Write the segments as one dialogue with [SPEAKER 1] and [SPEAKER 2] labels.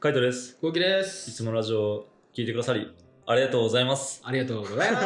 [SPEAKER 1] カイトです。
[SPEAKER 2] ゴキで
[SPEAKER 1] い
[SPEAKER 2] す
[SPEAKER 1] つもラジオを聞いてくださり、ありがとうございます。
[SPEAKER 2] ありがとうございま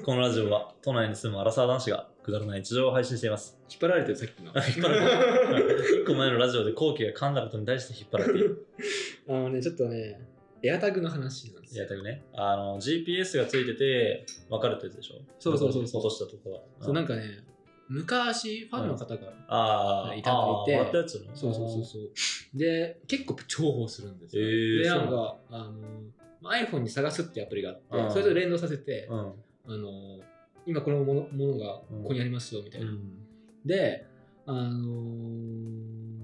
[SPEAKER 1] このラジオは、都内に住むアラサー男子がくだらない日常を配信しています。
[SPEAKER 2] 引っ張られてるさっきの
[SPEAKER 1] あ引っ張られて一個前のラジオで後期が噛んだことに対して引っ張られている。
[SPEAKER 2] あのねちょっとねエアタグの話なんで
[SPEAKER 1] い
[SPEAKER 2] す
[SPEAKER 1] や、
[SPEAKER 2] よ
[SPEAKER 1] だけどね、あの、GPS がついてて、分かるってやつでしょ
[SPEAKER 2] そうそうそうそう
[SPEAKER 1] 落としたとこは。
[SPEAKER 2] そうなん
[SPEAKER 1] か、
[SPEAKER 2] かね昔ファンの方が、
[SPEAKER 1] ああ、
[SPEAKER 2] いただいて
[SPEAKER 1] あーもらったやつの
[SPEAKER 2] そうそうそうそうで結構重宝するんですよ、
[SPEAKER 1] へー
[SPEAKER 2] でなん
[SPEAKER 1] そう
[SPEAKER 2] かあのまあ iPhone に探すってアプリがあって、
[SPEAKER 1] うん
[SPEAKER 2] それと連動させて、
[SPEAKER 1] う
[SPEAKER 2] あの今このものものがここにありますよみたい
[SPEAKER 1] ん。う
[SPEAKER 2] な、
[SPEAKER 1] ん。
[SPEAKER 2] であのー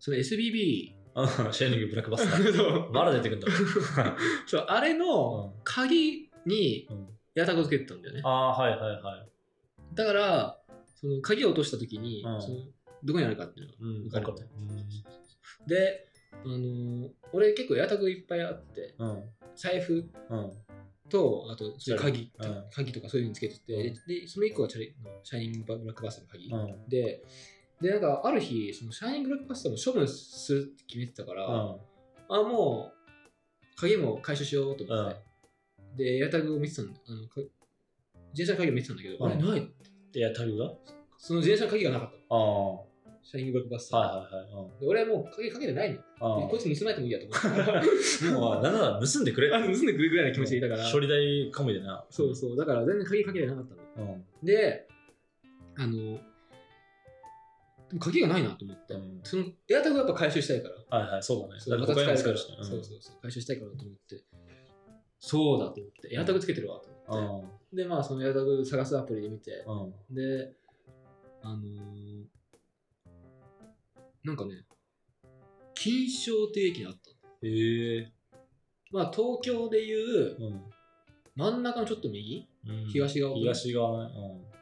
[SPEAKER 2] その SBB
[SPEAKER 1] あシェーニングブラックバスタ ー。
[SPEAKER 2] そう
[SPEAKER 1] まだ出てくんだ。
[SPEAKER 2] そうあれの
[SPEAKER 1] うん
[SPEAKER 2] 鍵に
[SPEAKER 1] うん
[SPEAKER 2] エアタグをつけてたんだよね
[SPEAKER 1] ああ、はいはいはい。
[SPEAKER 2] だからその鍵を落とした時に、
[SPEAKER 1] うん
[SPEAKER 2] そのどこにあるかっていうの
[SPEAKER 1] うん
[SPEAKER 2] わかる
[SPEAKER 1] わかる
[SPEAKER 2] で、あのー俺結構エアタグいっぱいあって
[SPEAKER 1] うん。うん。
[SPEAKER 2] 財布
[SPEAKER 1] うん。
[SPEAKER 2] とあとそういう鍵、
[SPEAKER 1] うん
[SPEAKER 2] 鍵とかそういうのにつけてて、
[SPEAKER 1] うん
[SPEAKER 2] でその1個がチャリシャイニングブラックバスターの鍵、
[SPEAKER 1] うん。
[SPEAKER 2] ででなんかある日そのシャイニングブラックバスターも処分するって決めてたから、
[SPEAKER 1] うん。
[SPEAKER 2] あもう鍵も回収しようと思って、でエアタグを見てたんだあのか自転車の鍵を見てたんだけど、
[SPEAKER 1] うん
[SPEAKER 2] あれない
[SPEAKER 1] で、やタグが
[SPEAKER 2] その自転車の鍵がなかっ
[SPEAKER 1] あ
[SPEAKER 2] たの
[SPEAKER 1] あ。は
[SPEAKER 2] シャイニングブラックバス
[SPEAKER 1] い
[SPEAKER 2] ター、
[SPEAKER 1] はいはい。うん
[SPEAKER 2] で俺はもう鍵かけてないの
[SPEAKER 1] あ
[SPEAKER 2] こいつ盗まれてもいいやと思って
[SPEAKER 1] あ。もう、なんなら盗んでくれ
[SPEAKER 2] あ盗んでくるぐらいの気持ちでいたから、
[SPEAKER 1] 処理代かもでな。
[SPEAKER 2] そうそうだから全然鍵かけてなかったの
[SPEAKER 1] うん。うん。
[SPEAKER 2] であのでも鍵がないなと思って、
[SPEAKER 1] うん
[SPEAKER 2] そのエアタグはやっぱ回収したいから
[SPEAKER 1] はいはい、そうだね。
[SPEAKER 2] そ
[SPEAKER 1] だ
[SPEAKER 2] う
[SPEAKER 1] っ
[SPEAKER 2] ま
[SPEAKER 1] て
[SPEAKER 2] た
[SPEAKER 1] 他に
[SPEAKER 2] 使え
[SPEAKER 1] も
[SPEAKER 2] るか
[SPEAKER 1] 使え
[SPEAKER 2] ら
[SPEAKER 1] る
[SPEAKER 2] そ
[SPEAKER 1] しね。
[SPEAKER 2] うそうそう回収したいからと思ってそうだと思ってエアタグつけてるわと思って、
[SPEAKER 1] う
[SPEAKER 2] でまあそのエアタグ探すアプリで見て、
[SPEAKER 1] ん。うん。
[SPEAKER 2] であのーなんかね金賞定駅にあった
[SPEAKER 1] へえ。
[SPEAKER 2] まあ東京でいう
[SPEAKER 1] うん。
[SPEAKER 2] 真ん中のちょっと右
[SPEAKER 1] うん
[SPEAKER 2] 東側
[SPEAKER 1] 東側ね。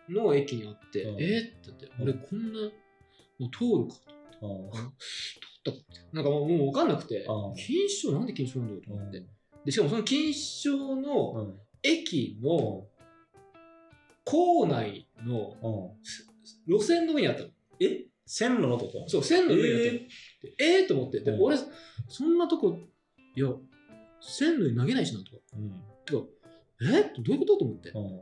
[SPEAKER 2] の駅にあって、
[SPEAKER 1] うん
[SPEAKER 2] えーってなって俺こんなもう通るか
[SPEAKER 1] うん。うん。
[SPEAKER 2] なんかもうもう分かんなくて、
[SPEAKER 1] うん
[SPEAKER 2] 金賞なんで金賞なんだろうと思って、でしかもその金賞
[SPEAKER 1] う
[SPEAKER 2] の
[SPEAKER 1] ん。
[SPEAKER 2] 駅の構内の
[SPEAKER 1] うん。
[SPEAKER 2] 路線の上にあったの
[SPEAKER 1] え線路のとこ
[SPEAKER 2] そう
[SPEAKER 1] え
[SPEAKER 2] 線路の上にあったの、えー、と思ってで、
[SPEAKER 1] うん
[SPEAKER 2] 俺そんなとこいや線路に投げないしなとか
[SPEAKER 1] うん。
[SPEAKER 2] てかえー、どういうことと思って、
[SPEAKER 1] うん。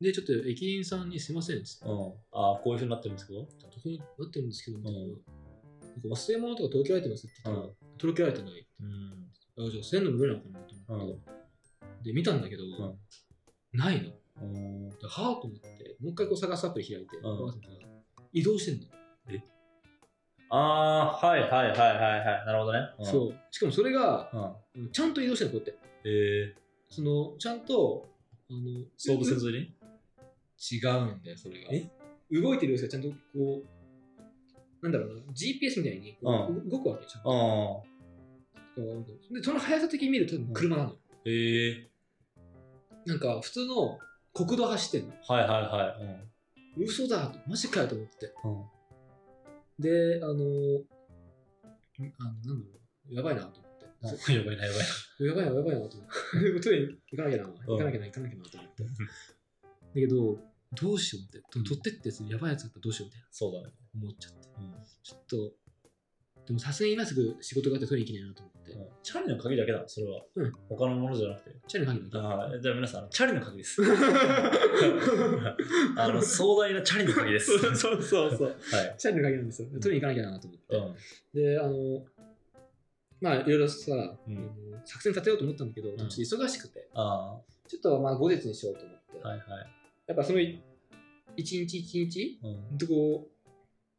[SPEAKER 2] でちょっと駅員さんに「すいません」っつって
[SPEAKER 1] うん。ああ、こういうふうになってるんですけど。
[SPEAKER 2] どこになってるんですけど、みたいな
[SPEAKER 1] うん
[SPEAKER 2] なんか忘れ物とか届けられてますって言ったら、
[SPEAKER 1] う
[SPEAKER 2] 届けられてない。
[SPEAKER 1] うん。
[SPEAKER 2] あじゃあ線路の上なのかなと思って、で、見たんだけど、
[SPEAKER 1] ん
[SPEAKER 2] ないの。で
[SPEAKER 1] うん。
[SPEAKER 2] はぁと思って、もう一回こう探すアプリ開いて、
[SPEAKER 1] うん
[SPEAKER 2] わかったら移動してんの、
[SPEAKER 1] ああ、はいはいはいはいはい。なるほどね。。
[SPEAKER 2] そうう。しかもそれが、
[SPEAKER 1] うん。
[SPEAKER 2] ちゃんと移動してんの、こうやって。
[SPEAKER 1] ええ。
[SPEAKER 2] その、ちゃんと、あの、
[SPEAKER 1] 総武線
[SPEAKER 2] う
[SPEAKER 1] 沿いに
[SPEAKER 2] 違うんだよ、それが。
[SPEAKER 1] え
[SPEAKER 2] 動いてる様子がちゃんとこう、なんだろうな、GPS みたいにこう、動くわけじゃんと
[SPEAKER 1] うん。
[SPEAKER 2] で、その速さ的に見ると多分車なのよ。
[SPEAKER 1] ええ。
[SPEAKER 2] なんか普通の国道走ってんの
[SPEAKER 1] はいはいはい。うん。
[SPEAKER 2] 嘘だとマジかよと思って
[SPEAKER 1] うん
[SPEAKER 2] であのーんあのなんだろうやばいなと思って
[SPEAKER 1] やばいな、やばい
[SPEAKER 2] そやばいなやばいなと思ってトイレ行かなきゃな行かなきゃな行かなきゃなと思ってだけどどうしようって取ってってそのやばいやつだったらどうしようみたいな
[SPEAKER 1] そうだね。
[SPEAKER 2] 思っちゃってちょっとでもさすがに今すぐ仕事があってトイレ行けないなと思って、
[SPEAKER 1] うんチャリの鍵だけだ、それは。
[SPEAKER 2] うん
[SPEAKER 1] 他のものじゃなくて。
[SPEAKER 2] チャリの鍵だけ
[SPEAKER 1] ああ、じゃあ皆さん、チャリの鍵 です。あの、壮大なチャリの鍵です。
[SPEAKER 2] そうそうそうそう
[SPEAKER 1] はい。
[SPEAKER 2] チャリの鍵なんですよトイレ行かなきゃなと思って、
[SPEAKER 1] うん。
[SPEAKER 2] であのまあいろいろさ、
[SPEAKER 1] うん
[SPEAKER 2] あの作戦立てようと思ったんだけど、
[SPEAKER 1] ん
[SPEAKER 2] ちょっと忙しくて
[SPEAKER 1] あ
[SPEAKER 2] ちょっとまあ後日にしようと思って、
[SPEAKER 1] あ、はいはい。
[SPEAKER 2] やっぱそのい一日一日
[SPEAKER 1] うん。
[SPEAKER 2] ほんとこう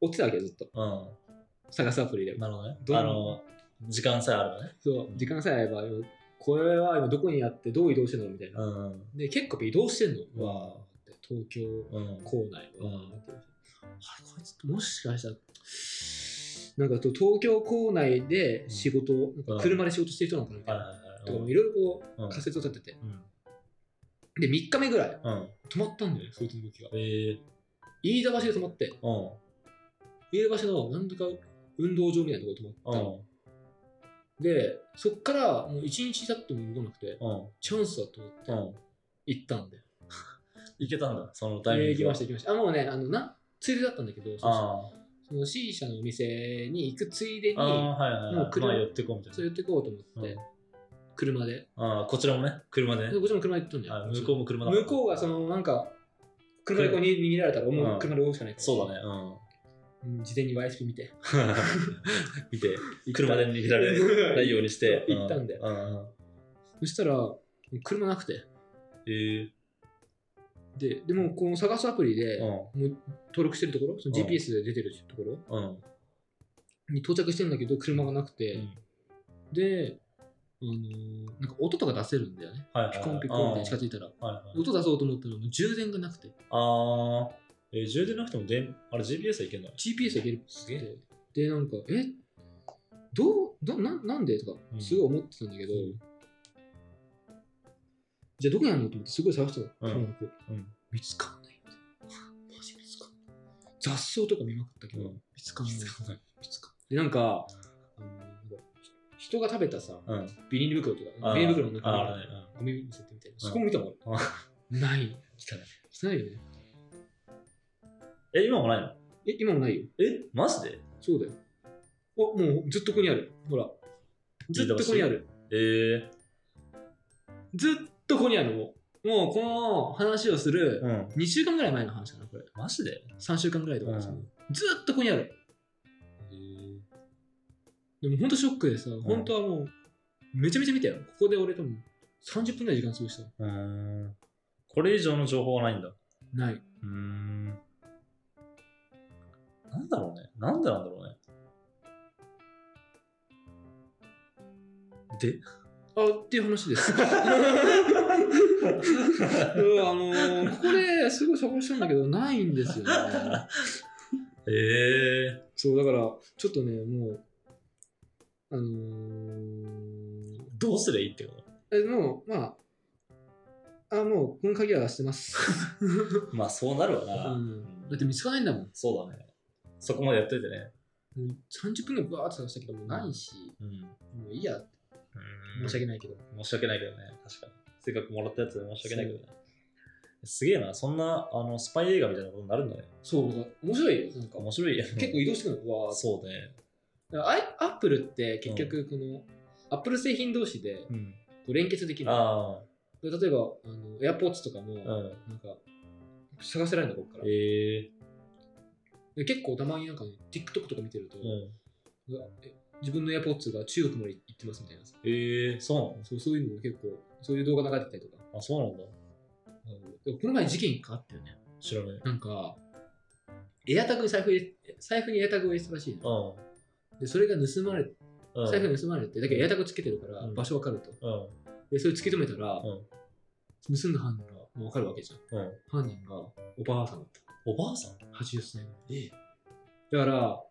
[SPEAKER 2] 追ってたわけよずっと
[SPEAKER 1] う
[SPEAKER 2] 探すアプリで
[SPEAKER 1] ん。なるほどね。
[SPEAKER 2] どん
[SPEAKER 1] あの、時間さえあればね。
[SPEAKER 2] そう時間さえあれば今これは今どこにあってどう移動してるのみたいな、
[SPEAKER 1] うん。
[SPEAKER 2] で結構移動してんの
[SPEAKER 1] うわ
[SPEAKER 2] って東京
[SPEAKER 1] うん。
[SPEAKER 2] 構内
[SPEAKER 1] うん
[SPEAKER 2] わーってあこいつもしかしたらなんかと東京構内で仕事を、なんか車で仕事してる人なのかなみた
[SPEAKER 1] はいい
[SPEAKER 2] な、
[SPEAKER 1] はい
[SPEAKER 2] とか
[SPEAKER 1] は
[SPEAKER 2] も
[SPEAKER 1] い。
[SPEAKER 2] いろいろこう
[SPEAKER 1] うん
[SPEAKER 2] 仮説を立てて、
[SPEAKER 1] うん。
[SPEAKER 2] で3日目ぐらい
[SPEAKER 1] うん。
[SPEAKER 2] 止まったんだよねそいつの動きが
[SPEAKER 1] ええ。
[SPEAKER 2] 飯田橋で止まって
[SPEAKER 1] うん。
[SPEAKER 2] 飯田橋のなんとか運動場みたいなところで止ま
[SPEAKER 1] う
[SPEAKER 2] った
[SPEAKER 1] ん
[SPEAKER 2] の、。でそっからもう1日経っても動かなくて
[SPEAKER 1] うん。
[SPEAKER 2] チャンスだと思って
[SPEAKER 1] うん。
[SPEAKER 2] 行ったんだよ、
[SPEAKER 1] いけたんだ、その
[SPEAKER 2] え
[SPEAKER 1] タイミング。
[SPEAKER 2] ー行きました行きましたあもうねあのなついでだったんだけどそうそう
[SPEAKER 1] あ
[SPEAKER 2] その C 社のお店に行くついでに、
[SPEAKER 1] ああ、はいはい、はい。
[SPEAKER 2] もう車
[SPEAKER 1] まあ寄ってこうみたいな。
[SPEAKER 2] そう寄ってこうと思って、
[SPEAKER 1] うん
[SPEAKER 2] 車で。
[SPEAKER 1] ああ、こちらもね、車でね
[SPEAKER 2] で。こっちも車で行ったんだ
[SPEAKER 1] あ
[SPEAKER 2] よ。
[SPEAKER 1] 向こうも車だから
[SPEAKER 2] 向こうがその、なんか、車でこうに逃げられたら、もう車で追うしかないから。
[SPEAKER 1] そうだね、うん。
[SPEAKER 2] うん。事前に YSP 見て。
[SPEAKER 1] 見て、車で逃げ られないようにして。
[SPEAKER 2] 行ったんだよ
[SPEAKER 1] よ。
[SPEAKER 2] そしたら、車なくて。
[SPEAKER 1] ええ
[SPEAKER 2] で、でも、この探すアプリで、も
[SPEAKER 1] う
[SPEAKER 2] う登録してるところ、その
[SPEAKER 1] うん
[SPEAKER 2] GPS で出てるところ
[SPEAKER 1] ん。うん。
[SPEAKER 2] に到着してんだけど、車がなくて、で、あのーなんか音とか出せるんだよね。
[SPEAKER 1] はいはい。
[SPEAKER 2] ピコンピコンって近づいたら。
[SPEAKER 1] うんはいはい。
[SPEAKER 2] 音出そうと思ったら、もう充電がなくて。
[SPEAKER 1] ああ、えー、充電なくても電、あれ GPS はいけない。
[SPEAKER 2] GPS で出る
[SPEAKER 1] すげえ
[SPEAKER 2] でなんかえどうどななんでとか
[SPEAKER 1] うん
[SPEAKER 2] すごい思ってたんだけど、
[SPEAKER 1] うん
[SPEAKER 2] じゃあどこにあるのと思ってすごい探してた
[SPEAKER 1] うん
[SPEAKER 2] の、とにかく
[SPEAKER 1] うん
[SPEAKER 2] 見つかんないマジ見つかんない雑草とか見まくったけど、
[SPEAKER 1] うん
[SPEAKER 2] 見つかんない
[SPEAKER 1] 見つかんない
[SPEAKER 2] 見つかんないでなんかあのなんかひ人が食べたさ、
[SPEAKER 1] うん。
[SPEAKER 2] ビニール袋と
[SPEAKER 1] あ
[SPEAKER 2] か
[SPEAKER 1] ー
[SPEAKER 2] ビニール袋の中
[SPEAKER 1] あーあれ
[SPEAKER 2] に
[SPEAKER 1] ね
[SPEAKER 2] ゴミ見せてみたいな、そこも見たもん、
[SPEAKER 1] うん
[SPEAKER 2] 俺ない
[SPEAKER 1] 汚い
[SPEAKER 2] 汚いよね
[SPEAKER 1] うん。え、今もないの
[SPEAKER 2] え今もないよ
[SPEAKER 1] え、マジで
[SPEAKER 2] そうだよ。あ、もうずっとここにある。ほら。ずっとここにある。
[SPEAKER 1] ええ
[SPEAKER 2] ずっとここにあるもう。もうこの話をする
[SPEAKER 1] うん。
[SPEAKER 2] 2週間ぐらい前の話かな、これ。
[SPEAKER 1] マジで
[SPEAKER 2] 3週間ぐらいとかですね
[SPEAKER 1] うん
[SPEAKER 2] ずっとここにある。でも本当ショックでさ、本当はもう、めちゃめちゃ見たよ。ここで俺多分30分ぐらい時間過ごした。
[SPEAKER 1] うん。これ以上の情報はないんだ。
[SPEAKER 2] ない。
[SPEAKER 1] うーん。なんだろうね。なんでなんだろうね。で
[SPEAKER 2] あ、っていう話 です。うんあのー、ここですごい探したんだけど、ないんですよね。
[SPEAKER 1] ええ
[SPEAKER 2] そう、だから、ちょっとね、もう、あのー、
[SPEAKER 1] どうすりゃいいってこと
[SPEAKER 2] え、もう、まあ、あ、もう、この鍵はしてます。
[SPEAKER 1] まあそうなるわ
[SPEAKER 2] う
[SPEAKER 1] な。
[SPEAKER 2] ん、だって見つかんないんだもん。
[SPEAKER 1] そうだね。そこまでやっといてね。
[SPEAKER 2] うん30分でバーって探したけど、もうないし、
[SPEAKER 1] うん。
[SPEAKER 2] もういいや、申し訳ないけど。
[SPEAKER 1] 申し訳ないけどね、確かに。せっかくもらったやつで申し訳ないけどね。すげえな、そんなあのスパイ映画みたいなことになるんだね。
[SPEAKER 2] そう、面白いよ、なんか。
[SPEAKER 1] 面白いやん。
[SPEAKER 2] 結構移動してくの、わーっ
[SPEAKER 1] そうね。
[SPEAKER 2] とだからアイアップルって結局、この、アップル製品同士でこ
[SPEAKER 1] うん。
[SPEAKER 2] う連結できる。
[SPEAKER 1] あ
[SPEAKER 2] で例えば、あの、AirPods とかも、
[SPEAKER 1] あ、うん。
[SPEAKER 2] なんか、探せないんだ、こっから。
[SPEAKER 1] ええ
[SPEAKER 2] で結構たまになんかね、TikTok とか見てると、
[SPEAKER 1] うん。
[SPEAKER 2] うわえ自分の AirPods が中国まで行ってますみたいなさ
[SPEAKER 1] ええそうな
[SPEAKER 2] そうそういうのも結構そういう動画流れてたりとか
[SPEAKER 1] のあ、そうなんだ。
[SPEAKER 2] あのでもこの前事件一回あったよね
[SPEAKER 1] 知らない。うん。
[SPEAKER 2] なんかエアタグに財布入れ財布にエアタグを入れてたらしいのでそれが盗まれ
[SPEAKER 1] うん。
[SPEAKER 2] 財布が盗まれてだけどエアタグつけてるから
[SPEAKER 1] うん
[SPEAKER 2] 場所わかると、
[SPEAKER 1] うん。
[SPEAKER 2] でそれ突き止めたら、
[SPEAKER 1] ん
[SPEAKER 2] 盗んだ犯人がもうわかるわけじゃん
[SPEAKER 1] うん。
[SPEAKER 2] 犯人がおばあさんだっ
[SPEAKER 1] おばあさん
[SPEAKER 2] た80歳
[SPEAKER 1] ええ
[SPEAKER 2] だから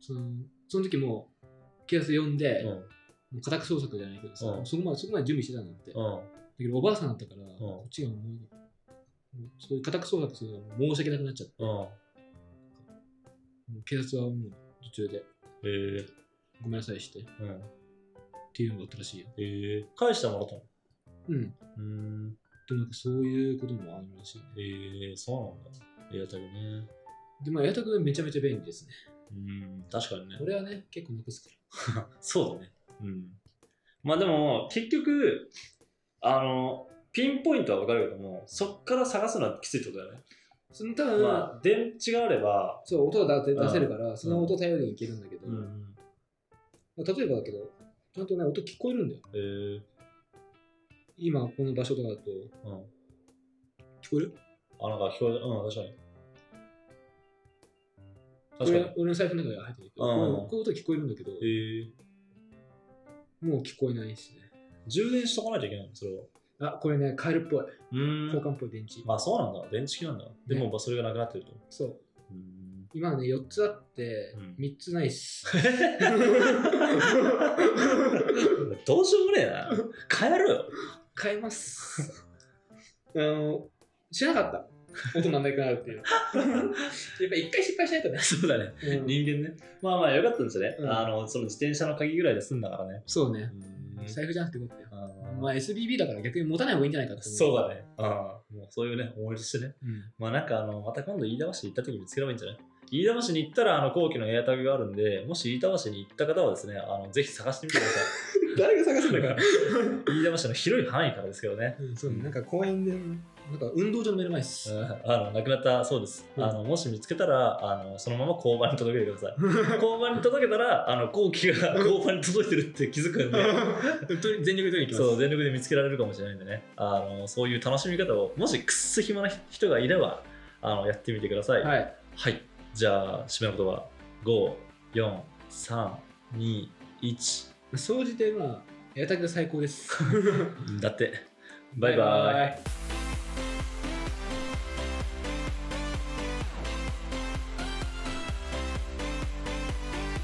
[SPEAKER 2] そのその時も警察呼んで、
[SPEAKER 1] うん。
[SPEAKER 2] もう家宅捜索じゃないけどさ、
[SPEAKER 1] うん
[SPEAKER 2] そこまでそこまで準備してたんだって、
[SPEAKER 1] うん。
[SPEAKER 2] だけどおばあさんだったから、こっちがもうもうそういう家宅捜索するのが申し訳なくなっちゃって、
[SPEAKER 1] うん。
[SPEAKER 2] もう警察はもう途中で
[SPEAKER 1] ええ
[SPEAKER 2] ごめんなさいしてっ
[SPEAKER 1] うん。
[SPEAKER 2] ていうのがあったらしいよ。
[SPEAKER 1] ええ返してもらったの
[SPEAKER 2] うん。
[SPEAKER 1] うーん。
[SPEAKER 2] でもなんかそういうこともあるらしいね。
[SPEAKER 1] ええそうなんだ。エアタグね。
[SPEAKER 2] でもエアタグめちゃめちゃ便利ですね。
[SPEAKER 1] うん、確かにね
[SPEAKER 2] こ。れはね、結構なくすか
[SPEAKER 1] そうだね。うん。まあでも、結局、あの、ピンポイントは分かるけども、そっから探すのはきついってことだよね。
[SPEAKER 2] ら。その多分、
[SPEAKER 1] まあ、電池があれば、
[SPEAKER 2] そう音が出出せるから、その音頼りにいけるんだけど、ま
[SPEAKER 1] ん。
[SPEAKER 2] あ例えばだけど、ちゃんとね、音聞こえるんだよ。
[SPEAKER 1] えー、
[SPEAKER 2] 今この場所とかだと、
[SPEAKER 1] うん。
[SPEAKER 2] 聞こえる
[SPEAKER 1] あ、なんか聞こえうん、確かに。確かに
[SPEAKER 2] 俺。俺の財布の中に入ってるけど、
[SPEAKER 1] うん
[SPEAKER 2] こういう音聞こえるんだけど、
[SPEAKER 1] えー、
[SPEAKER 2] もう聞こえないしね。
[SPEAKER 1] 充電しとかないといけないの、それを。
[SPEAKER 2] あ、これね、カエルっぽい。
[SPEAKER 1] うー
[SPEAKER 2] 交
[SPEAKER 1] ん。
[SPEAKER 2] 換っぽい電池。
[SPEAKER 1] まあそうなんだ。電池機なんだ。でも、
[SPEAKER 2] ね
[SPEAKER 1] まあそれがなくなってると。
[SPEAKER 2] そう。
[SPEAKER 1] うーん。
[SPEAKER 2] 今はね、4つあって
[SPEAKER 1] うん、
[SPEAKER 2] 3つないっす。
[SPEAKER 1] どうしようもねえな。帰ろうよ。
[SPEAKER 2] 買えます。あの、しなかった。音なんなくな るっていう。やっぱ一回失敗しないとね。
[SPEAKER 1] そうだね。
[SPEAKER 2] うん
[SPEAKER 1] 人間ね。まあまあよかったですね。
[SPEAKER 2] うん
[SPEAKER 1] あの、その自転車の鍵ぐらいで済んだからね。
[SPEAKER 2] そうね。
[SPEAKER 1] うん
[SPEAKER 2] 財布じゃなくてよかったよ。
[SPEAKER 1] あー
[SPEAKER 2] まあ SBB だから逆に持たない方がいいんじゃないかって思
[SPEAKER 1] そうだね。あーもうそういうね、思い出してね。
[SPEAKER 2] うん。
[SPEAKER 1] まあなんかあの、また今度飯田橋行った時に見つければいいんじゃない飯田橋に行ったら、あの、後期のエアタグがあるんで、もし飯田橋に行った方はですね、あの、ぜひ探してみてくださ
[SPEAKER 2] 誰が探すんだ
[SPEAKER 1] い。
[SPEAKER 2] か
[SPEAKER 1] だからら、 飯田橋の広い範囲からですけどね。
[SPEAKER 2] うん、そうなんか公園で、なんか運動場の目の前です。
[SPEAKER 1] うんあの、亡くなったそうです。
[SPEAKER 2] うん
[SPEAKER 1] あの、もし見つけたら、あの、そのまま交番に届けてください。交番に届けたら、あの、後期が交番に届いてるって気づくんで。
[SPEAKER 2] と り全力で取りに行きます。
[SPEAKER 1] そう全力で見つけられるかもしれないんでねあのそういう楽しみ方をもしくっす暇な人がいればあのやってみてくださいはい、
[SPEAKER 2] はい。
[SPEAKER 1] じゃあ締めの言葉54321
[SPEAKER 2] 総じて、まあ、エアタグが最高です。
[SPEAKER 1] だってバイバイ
[SPEAKER 2] イ。